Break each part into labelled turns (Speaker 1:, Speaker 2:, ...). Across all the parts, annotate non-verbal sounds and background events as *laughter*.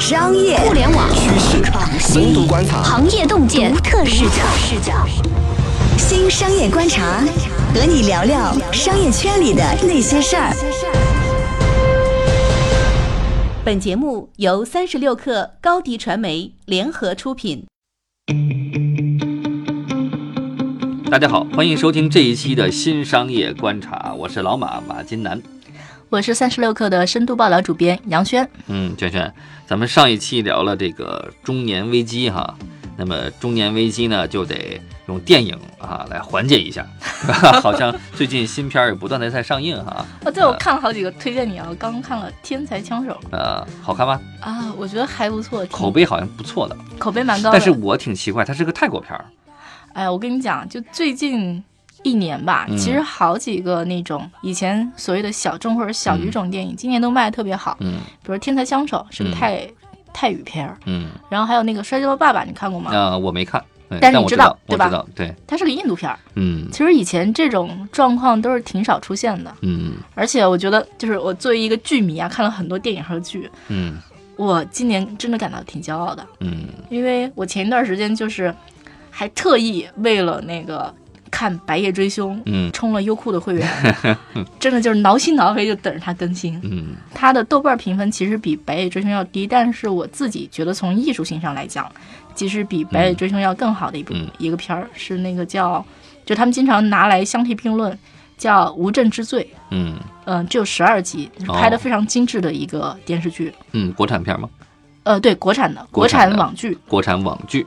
Speaker 1: 商业、
Speaker 2: 互联网
Speaker 1: 趋势、
Speaker 2: 创新
Speaker 1: 深度观察、
Speaker 2: 行业洞见、
Speaker 1: 独特视角、
Speaker 2: 视角。
Speaker 1: 新商业观察，和你聊聊商业圈里的那些事儿。
Speaker 3: 本节目由三十六克高低传媒联合出品。
Speaker 4: 大家好，欢迎收听这一期的新商业观察，我是老马马金南。
Speaker 3: 我是三十六氪的深度报道主编杨轩。
Speaker 4: 嗯，娟娟，咱们上一期聊了这个中年危机哈，那么中年危机呢，就得用电影啊来缓解一下， *laughs* 好像最近新片儿也不断的在上映哈。
Speaker 5: 哦，对，我看了好几个推荐你啊，我刚看了《天才枪手
Speaker 4: 呃，好看吗？》
Speaker 5: 啊，我觉得还不错，挺
Speaker 4: 口碑好像不错的，
Speaker 5: 口碑蛮高的。
Speaker 4: 但是我挺奇怪，它是个泰国片儿。
Speaker 5: 哎，我跟你讲，就最近一年吧，
Speaker 4: 嗯
Speaker 5: 其实好几个那种以前所谓的小众或者小语种电影，今年都卖的特别好。
Speaker 4: 嗯
Speaker 5: 比如《天才枪手》是个
Speaker 4: 嗯
Speaker 5: 泰、泰语片儿，
Speaker 4: 嗯，
Speaker 5: 然后还有那个《摔跤吧爸爸》，你看过吗？
Speaker 4: 呃，我没看，对但
Speaker 5: 但是你
Speaker 4: 我知
Speaker 5: 知道
Speaker 4: 我
Speaker 5: 对吧
Speaker 4: 知道，对，
Speaker 5: 它是个印度片儿。
Speaker 4: 嗯
Speaker 5: 其实以前这种状况都是挺少出现的，
Speaker 4: 嗯
Speaker 5: 而且我觉得，就是我作为一个剧迷啊，看了很多电影和剧，
Speaker 4: 嗯
Speaker 5: 我今年真的感到挺骄傲的。
Speaker 4: 嗯
Speaker 5: 因为我前一段时间就是还特意为了那个看《白夜追凶》，
Speaker 4: 嗯
Speaker 5: 充了优酷的
Speaker 4: *laughs*
Speaker 5: 会员，真的就是挠心挠肺就等着它更新。
Speaker 4: 嗯
Speaker 5: 它的豆瓣评分其实比《白夜追凶》要低，但是我自己觉得从艺术性上来讲，其实比《白夜追凶》要更好的一部、
Speaker 4: 嗯
Speaker 5: 一个片儿是那个叫，就他们经常拿来相提并论，叫《无证之罪》。
Speaker 4: 嗯
Speaker 5: 嗯、只有十二集，就是拍的
Speaker 4: 哦
Speaker 5: 非常精致的一个电视剧。
Speaker 4: 嗯，国产片儿吗？
Speaker 5: 呃，对，国产的
Speaker 4: 国产的嗯
Speaker 5: 网剧。
Speaker 4: 国产网剧。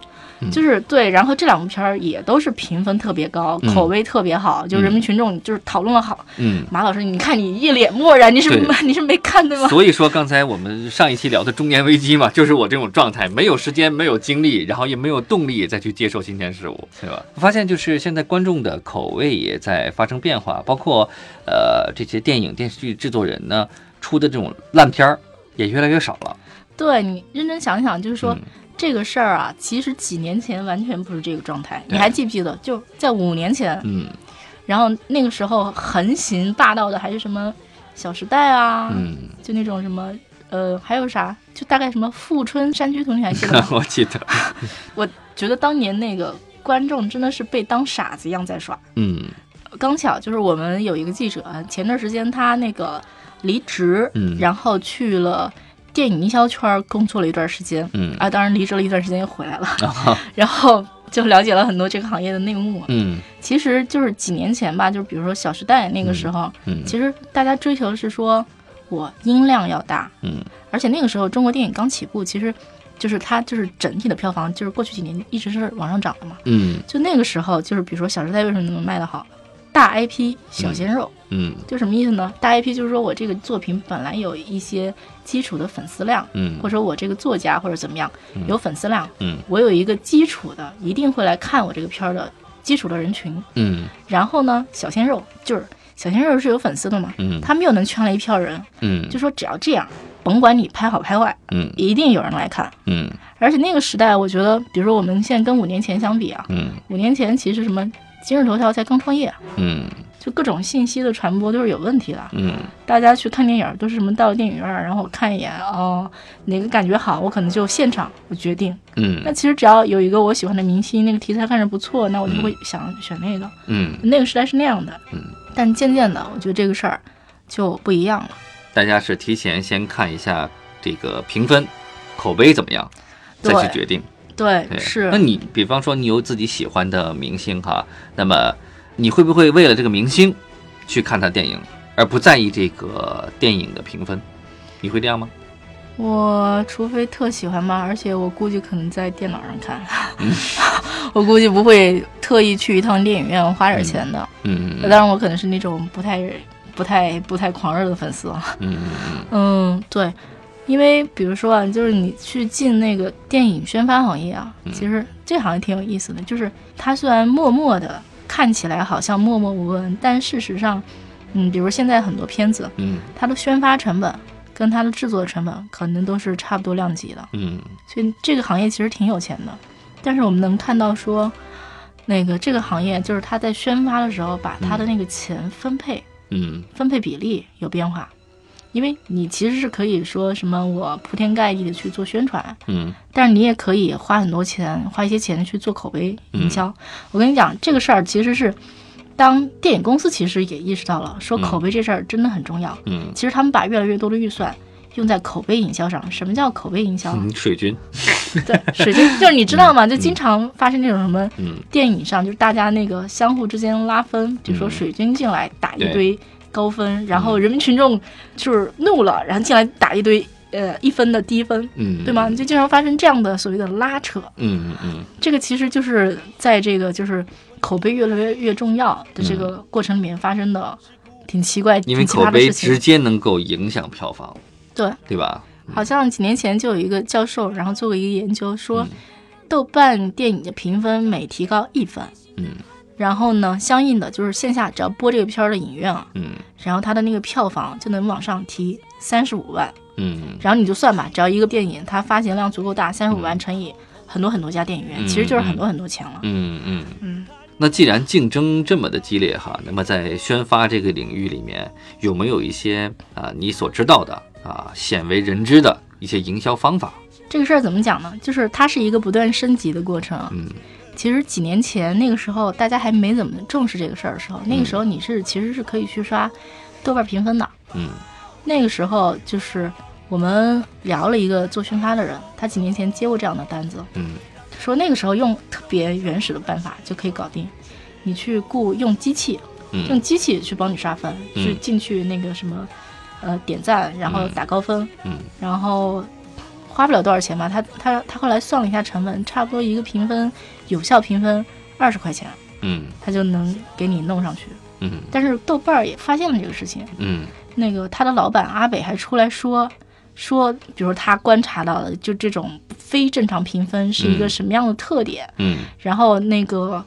Speaker 5: 就是对，然后这两部片儿也都是评分特别高，
Speaker 4: 嗯
Speaker 5: 口碑特别好，就人民群众就是讨论了好。
Speaker 4: 嗯，
Speaker 5: 马老师，你看你一脸漠然，你是
Speaker 4: 对
Speaker 5: *laughs* 你是没看对吗？
Speaker 4: 所以说，刚才我们上一期聊的中年危机嘛，就是我这种状态，没有时间，没有精力，然后也没有动力再去接受新鲜事物，对吧？我发现就是现在观众的口味也在发生变化，包括呃这些电影电视剧制作人呢出的这种烂片儿也越来越少了。
Speaker 5: 对你认真想想，就是说、
Speaker 4: 嗯
Speaker 5: 这个事儿啊，其实几年前完全不是这个状态。
Speaker 4: 对
Speaker 5: 你还记不记得？就在五年前，
Speaker 4: 嗯
Speaker 5: 然后那个时候横行霸道的还是什么《小时代》啊，
Speaker 4: 嗯，？
Speaker 5: 就那种什么呃，还有啥？就大概什么《富春山居图》，你还记得吗
Speaker 4: 嗯 *laughs* 我记得，
Speaker 5: 我觉得当年那个观众真的是被当傻子一样在耍。
Speaker 4: 嗯
Speaker 5: 刚巧就是我们有一个记者，前段时间他那个离职，
Speaker 4: 嗯
Speaker 5: 然后去了电影营销圈工作了一段时间，
Speaker 4: 嗯
Speaker 5: 啊，当然离职了一段时间又回来
Speaker 4: *laughs*
Speaker 5: 了， *laughs* 然后就了解了很多这个行业的内幕。
Speaker 4: 嗯
Speaker 5: 其实就是几年前吧，就是比如说《小时代》那个时候，
Speaker 4: 嗯
Speaker 5: 其实大家追求的是说我音量要大，
Speaker 4: 嗯
Speaker 5: 而且那个时候中国电影刚起步，其实就是它就是整体的票房就是过去几年一直是往上涨的嘛。
Speaker 4: 嗯
Speaker 5: 就那个时候，就是比如说《小时代》为什么能卖得好，大 IP 小鲜肉，
Speaker 4: 嗯
Speaker 5: 就什么意思呢？大 IP 就是说我这个作品本来有一些基础的粉丝量，
Speaker 4: 嗯
Speaker 5: 或者说我这个作家或者怎么样
Speaker 4: 嗯
Speaker 5: 有粉丝量，
Speaker 4: 嗯
Speaker 5: 我有一个基础的一定会来看我这个片儿的基础的人群。
Speaker 4: 嗯
Speaker 5: 然后呢，小鲜肉就是小鲜肉是有粉丝的嘛，
Speaker 4: 嗯
Speaker 5: 他们又能圈了一票人，
Speaker 4: 嗯
Speaker 5: 就说只要这样，甭管你拍好拍坏，
Speaker 4: 嗯
Speaker 5: 一定有人来看。
Speaker 4: 嗯
Speaker 5: 而且那个时代，我觉得，比如说我们现在跟五年前相比啊，
Speaker 4: 嗯
Speaker 5: 五年前其实什么今日头条才刚创业，啊
Speaker 4: 嗯
Speaker 5: 就各种信息的传播都是有问题的。
Speaker 4: 嗯
Speaker 5: 大家去看电影都是什么到了电影院，然后我看一眼哦，哪个感觉好，我可能就现场我决定。那
Speaker 4: 嗯
Speaker 5: 其实只要有一个我喜欢的明星，那个题材看着不错，那我就会想选那个。
Speaker 4: 嗯。
Speaker 5: 那个时代是那样的
Speaker 4: 嗯，
Speaker 5: 但渐渐的，我觉得这个事儿就不一样了。
Speaker 4: 大家是提前先看一下这个评分、口碑怎么样，再去
Speaker 5: 对
Speaker 4: 决定。
Speaker 5: 对，
Speaker 4: 对，
Speaker 5: 是
Speaker 4: 那。你比方说你有自己喜欢的明星哈，那么你会不会为了这个明星去看他电影，而不在意这个电影的评分？你会这样吗？
Speaker 5: 我除非特喜欢吧，而且我估计可能在电脑上看，
Speaker 4: 嗯
Speaker 5: *laughs* 我估计不会特意去一趟电影院花点钱的。
Speaker 4: 嗯
Speaker 5: 当然，我可能是那种不太、不太、不太狂热的粉丝了。
Speaker 4: 嗯嗯
Speaker 5: 嗯，对，因为比如说啊，就是你去进那个电影宣发行业啊，其实这行业挺有意思的，就是它虽然默默的看起来好像默默无闻，但事实上，嗯，比如现在很多片子，
Speaker 4: 嗯
Speaker 5: 它的宣发成本跟它的制作成本可能都是差不多量级的，
Speaker 4: 嗯
Speaker 5: 所以这个行业其实挺有钱的。但是我们能看到说，那个这个行业就是它在宣发的时候，把它的那个钱分配、
Speaker 4: 嗯
Speaker 5: 分配比例有变化。因为你其实是可以说什么我铺天盖地的去做宣传，
Speaker 4: 嗯
Speaker 5: 但是你也可以花很多钱，花一些钱去做口碑营销。我跟你讲，这个事儿其实是，当电影公司其实也意识到了，说
Speaker 4: 嗯
Speaker 5: 口碑这事儿真的很重要。
Speaker 4: 嗯，
Speaker 5: 其实他们把越来越多的预算用在口碑营销上。什么叫口碑营销啊？
Speaker 4: 嗯水军，
Speaker 5: 对，水军就是你知道吗？就经常发生这种什么
Speaker 4: 嗯
Speaker 5: 电影上，就是大家那个相互之间拉分，比如说
Speaker 4: 嗯
Speaker 5: 水军进来打一
Speaker 4: 对嗯
Speaker 5: 堆高分，然后人民群众就是怒了，然后进来打一堆呃一分的低分。
Speaker 4: 嗯，
Speaker 5: 对吗？你就经常发生这样的所谓的拉扯，
Speaker 4: 嗯？嗯嗯
Speaker 5: 这个其实就是在这个就是口碑越来越越重要的这个过程里面发生的，挺奇怪、
Speaker 4: 嗯因为
Speaker 5: 挺奇
Speaker 4: 口
Speaker 5: 葩的
Speaker 4: 碑
Speaker 5: 事
Speaker 4: 直
Speaker 5: 情。
Speaker 4: 接能够影响票房，
Speaker 5: 对，
Speaker 4: 对吧？
Speaker 5: 好像几年前就有一个教授，然后做过一个研究，
Speaker 4: 嗯
Speaker 5: 说豆瓣电影的评分每提高一分，
Speaker 4: 嗯
Speaker 5: 然后呢，相应的就是线下只要播这个片儿的影院啊，
Speaker 4: 嗯
Speaker 5: 然后它的那个票房就能往上提三十五万。
Speaker 4: 嗯
Speaker 5: 然后你就算吧，只要一个电影它发行量足够大，三十五万乘以很多很多家电影院，
Speaker 4: 嗯
Speaker 5: 其实就是很多很多钱了。
Speaker 4: 嗯嗯
Speaker 5: 嗯。
Speaker 4: 那既然竞争这么的激烈哈，那么在宣发这个领域里面，有没有一些啊、你所知道的啊鲜为人知的一些营销方法？
Speaker 5: 这个事儿怎么讲呢？就是它是一个不断升级的过程。啊
Speaker 4: 嗯
Speaker 5: 其实几年前那个时候，大家还没怎么重视这个事儿的时候，那个时候你是其实是可以去刷豆瓣评分的。
Speaker 4: 嗯
Speaker 5: 那个时候就是我们聊了一个做宣发的人，他几年前接过这样的单子，
Speaker 4: 嗯
Speaker 5: 说那个时候用特别原始的办法就可以搞定。你去雇用机器，用
Speaker 4: 嗯
Speaker 5: 机器去帮你刷分，
Speaker 4: 嗯
Speaker 5: 去进去那个什么，呃，点赞，然后
Speaker 4: 嗯
Speaker 5: 打高分，
Speaker 4: 嗯
Speaker 5: 然后花不了多少钱吧。他他他后来算了一下成本，差不多一个评分有效评分二十块钱，
Speaker 4: 嗯
Speaker 5: 他就能给你弄上去。
Speaker 4: 嗯
Speaker 5: 但是豆瓣儿也发现了这个事情，
Speaker 4: 嗯
Speaker 5: 那个他的老板阿北还出来说说，比如他观察到的就这种非正常评分是一个
Speaker 4: 嗯
Speaker 5: 什么样的特点，
Speaker 4: 嗯
Speaker 5: 然后那个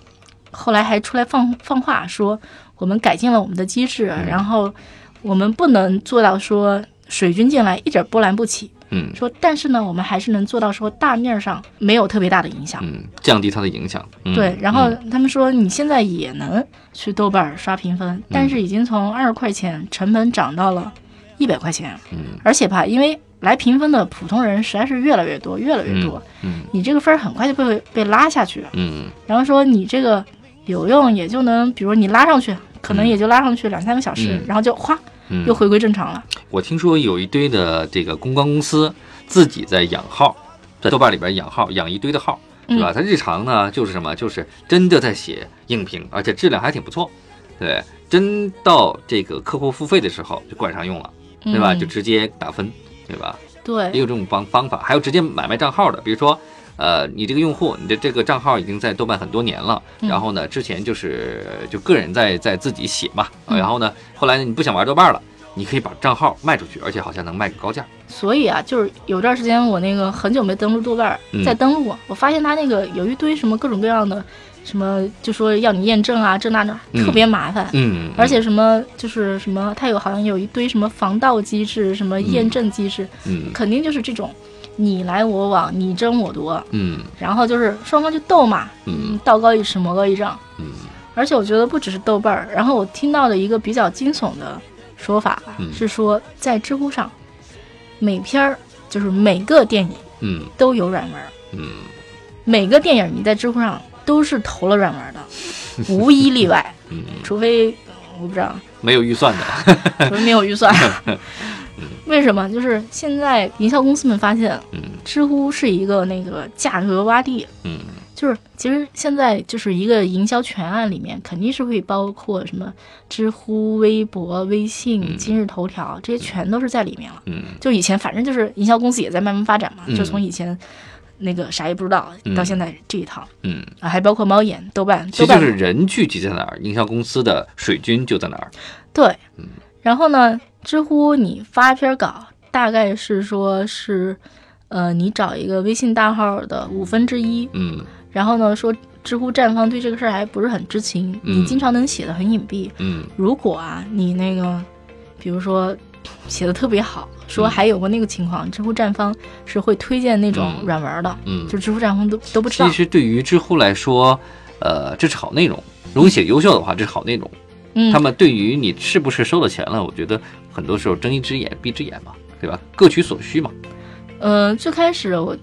Speaker 5: 后来还出来放放话说，我们改进了我们的机制，
Speaker 4: 嗯
Speaker 5: 然后我们不能做到说水军进来一点波澜不起，
Speaker 4: 嗯
Speaker 5: 说但是呢，我们还是能做到说大面上没有特别大的影响。
Speaker 4: 嗯，降低它的影响。嗯
Speaker 5: 对，然后
Speaker 4: 嗯
Speaker 5: 他们说你现在也能去豆瓣儿刷评
Speaker 4: 嗯
Speaker 5: 分，但是已经从二十块钱成本涨到了一百块钱，
Speaker 4: 嗯
Speaker 5: 而且吧，因为来评分的普通人实在是越来越多，越来越多，
Speaker 4: 嗯
Speaker 5: 你这个分儿很快就被被拉下去。
Speaker 4: 嗯
Speaker 5: 然后说你这个有用也就能，比如你拉上去，可能也就拉上去两三个小时，
Speaker 4: 嗯
Speaker 5: 然后就哗
Speaker 4: 嗯，
Speaker 5: 又回归正常了。
Speaker 4: 我听说有一堆的这个公关公司自己在养号，在豆瓣里边养号，养一堆的号，对吧？他日常呢就是什么，就是真的在写影评，而且质量还挺不错，对。真到这个客户付费的时候就管上用了，对吧？
Speaker 5: 嗯
Speaker 4: 就直接打分，对吧？也
Speaker 5: 对，
Speaker 4: 有这种方方法，还有直接买卖账号的，比如说，呃，你这个用户，你的这个账号已经在豆瓣很多年了，
Speaker 5: 嗯
Speaker 4: 然后呢，之前就是就个人在在自己写嘛，
Speaker 5: 嗯
Speaker 4: 然后呢，后来呢你不想玩豆瓣了，你可以把账号卖出去，而且好像能卖个高价。
Speaker 5: 所以啊，就是有段时间我那个很久没登录豆瓣儿
Speaker 4: 嗯，
Speaker 5: 再登录，我发现他那个有一堆什么各种各样的，什么就说要你验证啊，这那那，
Speaker 4: 嗯
Speaker 5: 特别麻烦。
Speaker 4: 嗯，
Speaker 5: 而且什么就是什么，它有好像有一堆什么防盗机制、什么验证机制，
Speaker 4: 嗯
Speaker 5: 肯定就是这种你来我往、你争我夺，
Speaker 4: 嗯
Speaker 5: 然后就是双方就斗嘛，
Speaker 4: 嗯，
Speaker 5: 道高一尺，魔高一丈。
Speaker 4: 嗯
Speaker 5: 而且我觉得不只是豆瓣儿，然后我听到的一个比较惊悚的说法吧，
Speaker 4: 嗯
Speaker 5: 是说在知乎上，每篇儿就是每个电影
Speaker 4: 嗯
Speaker 5: 都有软文儿，
Speaker 4: 嗯
Speaker 5: 每个电影你在知乎上都是投了软文儿
Speaker 4: *laughs*
Speaker 5: 的，无一例外，
Speaker 4: 嗯，
Speaker 5: 除非嗯我不知道，
Speaker 4: 没有预算的，
Speaker 5: 除非没有
Speaker 4: *laughs*
Speaker 5: 预算。为什么？就是现在营销公司们发现，
Speaker 4: 嗯
Speaker 5: 知乎是一个那个价格洼地，
Speaker 4: 嗯
Speaker 5: 就是其实现在就是一个营销全案里面，肯定是会包括什么知乎、微博、微信、
Speaker 4: 嗯
Speaker 5: 今日头条这些，全都是在里面了。
Speaker 4: 嗯
Speaker 5: 就以前反正就是营销公司也在慢慢发展嘛，
Speaker 4: 嗯
Speaker 5: 就从以前那个啥也不知道，
Speaker 4: 嗯
Speaker 5: 到现在这一套
Speaker 4: 嗯，
Speaker 5: 啊，还包括猫眼、豆瓣、
Speaker 4: 其实就
Speaker 5: 豆瓣
Speaker 4: 是人聚集在哪儿，营销公司的水军就在哪儿。
Speaker 5: 对
Speaker 4: 嗯。
Speaker 5: 然后呢，知乎你发一篇稿，大概是说是，呃，你找一个微信大号的五分之一，
Speaker 4: 嗯
Speaker 5: 然后呢，说知乎站方对这个事儿还不是很知情，
Speaker 4: 嗯
Speaker 5: 你经常能写的很隐蔽。
Speaker 4: 嗯
Speaker 5: 如果啊，你那个，比如说 *sniffs* 写的特别好，说
Speaker 4: 嗯
Speaker 5: 还有过那个情况，知乎站方是会推荐那种
Speaker 4: 嗯
Speaker 5: 软文的，
Speaker 4: 嗯，
Speaker 5: 就知乎站方都都不知道
Speaker 4: 其。实对于知乎来说，呃，这是好内容。如果写优秀的话，这是好内容。
Speaker 5: 嗯
Speaker 4: 他，们对于你是不是收了钱了，我觉得很多时候睁一只眼闭一只眼嘛，对吧？各取所需嘛。
Speaker 5: 呃，最开始我，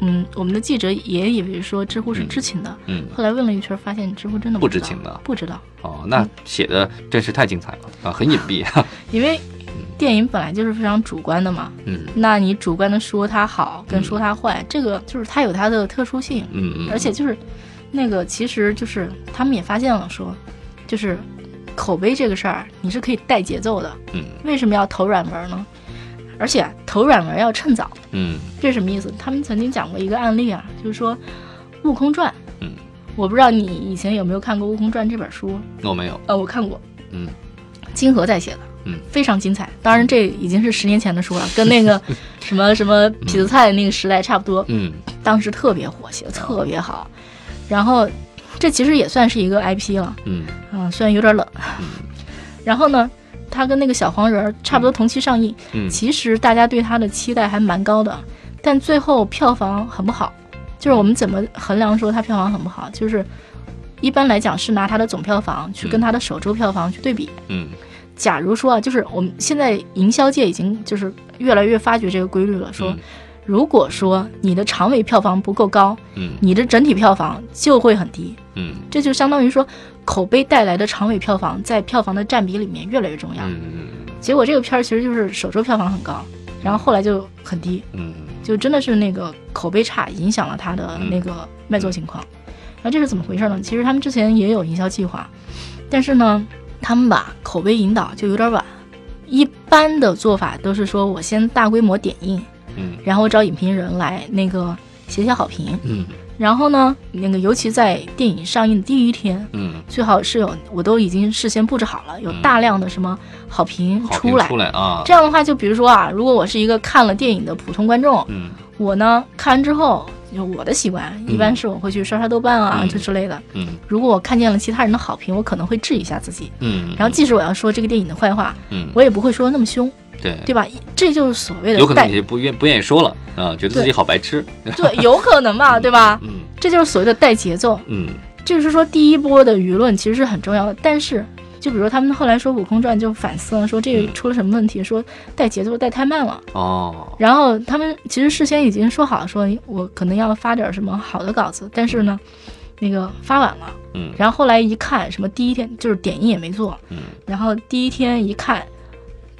Speaker 5: 嗯，我们的记者也以为说知乎是知情的，
Speaker 4: 嗯，
Speaker 5: 后来问了一圈，发现知乎真的
Speaker 4: 不
Speaker 5: 知
Speaker 4: 知情
Speaker 5: 道
Speaker 4: 的
Speaker 5: 不知道，
Speaker 4: 哦，那写的真是太精彩了啊，很隐蔽。
Speaker 5: 因为电影本来就是非常主观的嘛。
Speaker 4: 嗯
Speaker 5: 那你主观的说它好跟说它坏，这个就是它有它的特殊性，
Speaker 4: 嗯嗯，
Speaker 5: 而且就是那个其实就是他们也发现了说，就是口碑这个事儿你是可以带节奏的，
Speaker 4: 嗯
Speaker 5: 为什么要投软文呢？而且啊投软文要趁早，
Speaker 4: 嗯
Speaker 5: 这是什么意思？他们曾经讲过一个案例啊，就是说《悟空传》。
Speaker 4: 嗯，
Speaker 5: 我不知道你以前有没有看过《悟空传》这本书？
Speaker 4: 嗯我没有。
Speaker 5: 呃，我看过，
Speaker 4: 嗯，
Speaker 5: 金河在写的，
Speaker 4: 嗯，
Speaker 5: 非常精彩。当然，这已经是十年前的书了，跟那
Speaker 4: *laughs*
Speaker 5: 个什么什么痞子蔡那个时代差不多。
Speaker 4: 嗯
Speaker 5: 当时特别火，写的特别好。然后，这其实也算是一个 IP 了，
Speaker 4: 嗯
Speaker 5: 嗯，虽然有点冷。 *laughs* 然后呢，他跟那个小黄人儿差不多同期上映，
Speaker 4: 嗯
Speaker 5: 其实大家对它的期待还蛮高的，但最后票房很不好。就是我们怎么衡量说它票房很不好？就是一般来讲是拿它的总票房去跟它的首周票房去对比。
Speaker 4: 嗯
Speaker 5: 假如说啊，就是我们现在营销界已经就是越来越发觉这个规律了，说
Speaker 4: 嗯
Speaker 5: 如果说你的长尾票房不够高，
Speaker 4: 嗯
Speaker 5: 你的整体票房就会很低。
Speaker 4: 嗯
Speaker 5: 这就相当于说，口碑带来的长尾票房在票房的占比里面越来越重要。
Speaker 4: 嗯
Speaker 5: 结果这个片儿其实就是首周票房很高，然后后来就很低，
Speaker 4: 嗯
Speaker 5: 就真的是那个口碑差影响了它的那个卖座情况。然后这是怎么回事呢？其实他们之前也有营销计划，但是呢，他们把口碑引导就有点晚。一般的做法都是说我先大规模点映，
Speaker 4: 嗯
Speaker 5: 然后找影评人来那个写写好评，
Speaker 4: 嗯
Speaker 5: 然后呢，那个尤其在电影上映的第一天，
Speaker 4: 嗯，
Speaker 5: 最好是有我都已经事先布置好了，有大量的什么好评
Speaker 4: 好
Speaker 5: 出来。
Speaker 4: 出来啊。
Speaker 5: 这样的话，就比如说啊，如果我是一个看了电影的普通观众，
Speaker 4: 嗯
Speaker 5: 我呢看完之后，就我的习惯
Speaker 4: 嗯
Speaker 5: 一般是我会去刷刷豆瓣啊，
Speaker 4: 嗯
Speaker 5: 这之类的。
Speaker 4: 嗯
Speaker 5: 如果我看见了其他人的好评，我可能会质疑一下自己。
Speaker 4: 嗯，
Speaker 5: 然后即使我要说这个电影的坏话，
Speaker 4: 嗯
Speaker 5: 我也不会说那么凶，
Speaker 4: 对。
Speaker 5: 对吧？这就是所谓
Speaker 4: 有可能
Speaker 5: 的带
Speaker 4: 有些不愿不愿意说了啊，觉得自己好白痴。
Speaker 5: 对，有可能吧，对吧？
Speaker 4: 嗯
Speaker 5: 这就是所谓的带节奏。
Speaker 4: 嗯
Speaker 5: 就是说第一波的舆论其实是很重要的，但是就比如说他们后来说《悟空传》就反思了，说这个
Speaker 4: 嗯
Speaker 5: 出了什么问题，说带节奏带太慢了。
Speaker 4: 哦
Speaker 5: 然后他们其实事先已经说好，说哎我可能要发点什么好的稿子，但是呢，那个发晚了。
Speaker 4: 嗯
Speaker 5: 然后后来一看，什么第一天就是点映也没做，
Speaker 4: 嗯
Speaker 5: 然后第一天一看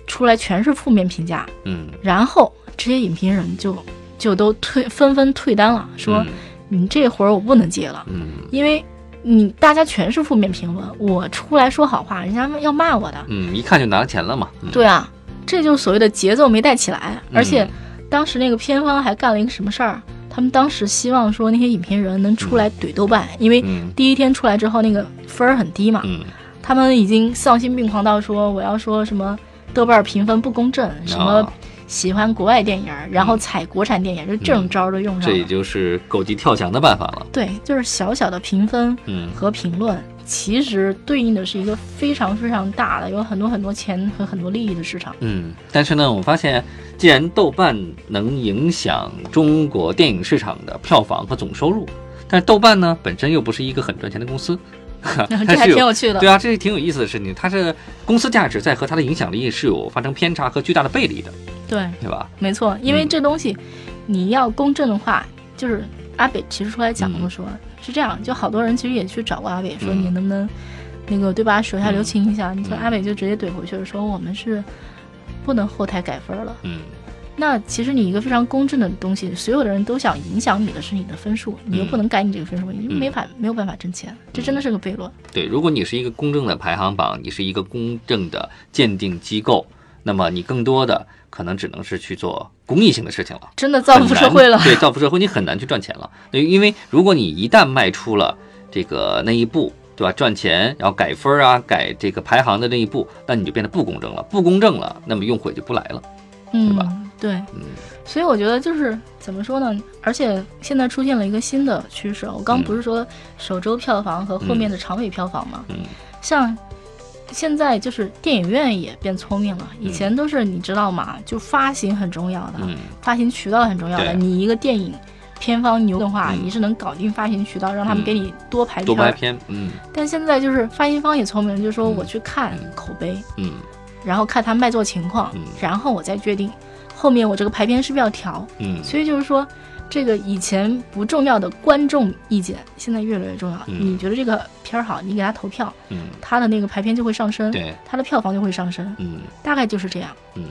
Speaker 5: 出来全是负面评价，
Speaker 4: 嗯，
Speaker 5: 然后这些影评人就就都退纷纷退单了，说你这活儿我不能接了。
Speaker 4: 嗯
Speaker 5: 因为你大家全是负面评论，我出来说好话，人家要骂我的。
Speaker 4: 嗯，一看就拿了钱了嘛。
Speaker 5: 对啊，这就是所谓的节奏没带起来。
Speaker 4: 嗯
Speaker 5: 而且当时那个片方还干了一个什么事儿？他们当时希望说那些影评人能出来怼豆瓣，因为
Speaker 4: 嗯
Speaker 5: 第一天出来之后那个分儿很低嘛，
Speaker 4: 嗯
Speaker 5: 他们已经丧心病狂到说我要说什么豆瓣评分不公正，什么
Speaker 4: 啊
Speaker 5: 喜欢国外电影儿，然后踩国产电影儿，就这种招儿都用上
Speaker 4: 嗯这也
Speaker 5: 了。
Speaker 4: 就是狗急跳墙的办法了。
Speaker 5: 对，就是小小的评分，
Speaker 4: 嗯
Speaker 5: 和评论，其实对应的是一个非常非常大的，有很多很多钱和很多利益
Speaker 4: *laughs*
Speaker 5: 的市场。
Speaker 4: 嗯，但是呢，我发现既然豆瓣能影响中国电影市场的票房和总收入，但是豆瓣呢本身又不是一个很赚钱的公司，
Speaker 5: *laughs* 这
Speaker 4: 这
Speaker 5: 还挺有趣的
Speaker 4: 对啊，这是挺有意思的事情。它是公司价值在和它的影响力是有发生偏差和巨大的背离的，
Speaker 5: 对，
Speaker 4: 对吧？
Speaker 5: 没错，因为
Speaker 4: 嗯
Speaker 5: 这东西，你要公正的话，就是阿北其实出来讲过
Speaker 4: 嗯
Speaker 5: 说，是这样，就好多人其实也去找过阿北说，
Speaker 4: 嗯
Speaker 5: 你能不能那个对吧，手下留情一下？你说
Speaker 4: 嗯
Speaker 5: 阿北就直接怼回去了，说我们是不能后台改分了。
Speaker 4: 嗯
Speaker 5: 那其实你一个非常公正的东西，所有的人都想影响你的是你的分数，你又
Speaker 4: 嗯
Speaker 5: 不能改你这个分数，你就
Speaker 4: 嗯
Speaker 5: 没法、没有办法挣钱，这真的是个悖论。
Speaker 4: 对，如果你是一个公正的排行榜，你是一个公正的鉴定机构，那么你更多的可能只能是去做公益性的事情了，
Speaker 5: 真的造福社会了
Speaker 4: 很难。对，造福社会，你很难去赚钱了。对，因为如果你一旦迈出了这个那一步，对吧？赚钱，然后改分儿啊，改这个排行的那一步，那你就变得不公正了。不公正了，那么用户也就不来了。
Speaker 5: 嗯，
Speaker 4: 吧
Speaker 5: 对，
Speaker 4: 嗯
Speaker 5: 所以我觉得就是怎么说呢？而且现在出现了一个新的趋势，啊我刚
Speaker 4: 嗯
Speaker 5: 不是说首周票房和后面的长尾票房吗？
Speaker 4: 嗯
Speaker 5: 像现在就是电影院也变聪明了，以前都是你知道吗？就发行很重要的，
Speaker 4: 嗯
Speaker 5: 发行渠道很重要的。
Speaker 4: 对
Speaker 5: 你一个电影片方牛的话，
Speaker 4: 嗯
Speaker 5: 你是能搞定发行渠道，让他们
Speaker 4: 嗯
Speaker 5: 给你多排
Speaker 4: 多
Speaker 5: 片。
Speaker 4: 拍
Speaker 5: 儿。
Speaker 4: 片，嗯
Speaker 5: 但现在就是发行方也聪明，就说
Speaker 4: 嗯
Speaker 5: 我去看
Speaker 4: 嗯
Speaker 5: 口碑，
Speaker 4: 嗯
Speaker 5: 然后看它卖座情况，
Speaker 4: 嗯
Speaker 5: 然后我再决定后面我这个排片是不是要调。
Speaker 4: 嗯
Speaker 5: 所以就是说，这个以前不重要的观众意见，现在越来越重要。
Speaker 4: 嗯
Speaker 5: 你觉得这个片儿好，你给他投票，
Speaker 4: 嗯，
Speaker 5: 他的那个排片就会上升，
Speaker 4: 对，
Speaker 5: 他的票房就会上升，
Speaker 4: 嗯
Speaker 5: 大概就是这样。
Speaker 4: 嗯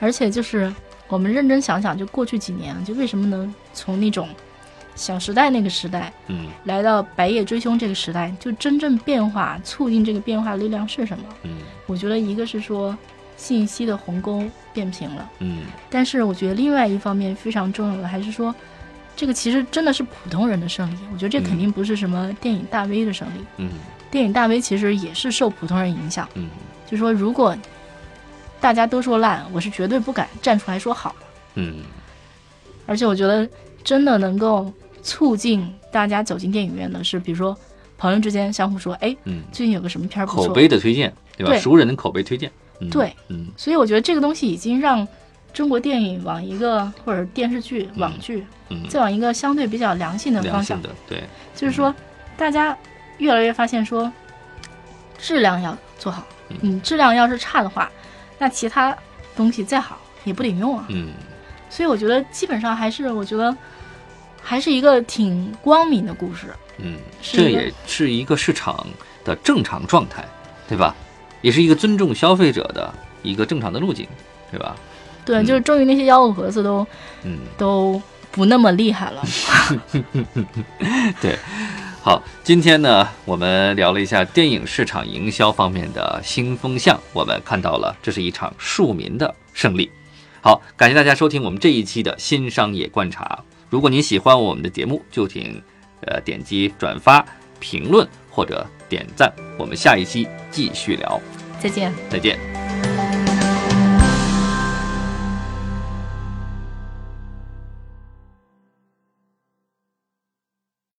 Speaker 5: 而且就是我们认真想想，就过去几年，就为什么能从那种《小时代》那个时代
Speaker 4: 嗯
Speaker 5: 来到《白夜追凶》这个时代，就真正变化、促进这个变化的力量是什么？
Speaker 4: 嗯
Speaker 5: 我觉得一个是说信息的鸿沟变平了，
Speaker 4: 嗯
Speaker 5: 但是我觉得另外一方面非常重要的还是说，这个其实真的是普通人的胜利。我觉得这肯定不是什么电影大 V 的胜利，
Speaker 4: 嗯
Speaker 5: 电影大 V 其实也是受普通人影响。
Speaker 4: 嗯
Speaker 5: 就说如果大家都说烂，我是绝对不敢站出来说好的。
Speaker 4: 嗯
Speaker 5: 而且我觉得真的能够促进大家走进电影院的是，比如说朋友之间相互说，哎，
Speaker 4: 嗯，
Speaker 5: 最近有个什么片儿不错，
Speaker 4: 口碑的推荐，对吧？
Speaker 5: 对
Speaker 4: 熟人的口碑推荐，嗯
Speaker 5: 对，
Speaker 4: 嗯
Speaker 5: 所以我觉得这个东西已经让中国电影往一个或者电视剧、网剧，
Speaker 4: 嗯，
Speaker 5: 再往一个相对比较良性的
Speaker 4: 良
Speaker 5: 方向
Speaker 4: 性，嗯的，对，
Speaker 5: 就是说，大家越来越发现说，质量要做好
Speaker 4: 嗯。
Speaker 5: 你质量要是差的话，那其他东西再好也不顶用啊。
Speaker 4: 嗯
Speaker 5: 所以我觉得基本上还是，我觉得还是一个挺光明的故事。
Speaker 4: 嗯，
Speaker 5: 是
Speaker 4: 这
Speaker 5: 一个
Speaker 4: 也是一个市场的正常状态，对吧？也是一个尊重消费者的一个正常的路径，对吧？
Speaker 5: 对，
Speaker 4: 嗯
Speaker 5: 就是终于那些幺蛾子都
Speaker 4: 嗯。
Speaker 5: 都不那么
Speaker 4: *laughs*
Speaker 5: 厉害了。
Speaker 4: 好，今天呢，我们聊了一下电影市场营销方面的新风向，我们看到了这是一场庶民的胜利。好，感谢大家收听我们这一期的新商业观察。如果您喜欢我们的节目，就请呃点击转发、评论或者点赞。我们下一期继续聊，
Speaker 5: 再见。
Speaker 4: 再见。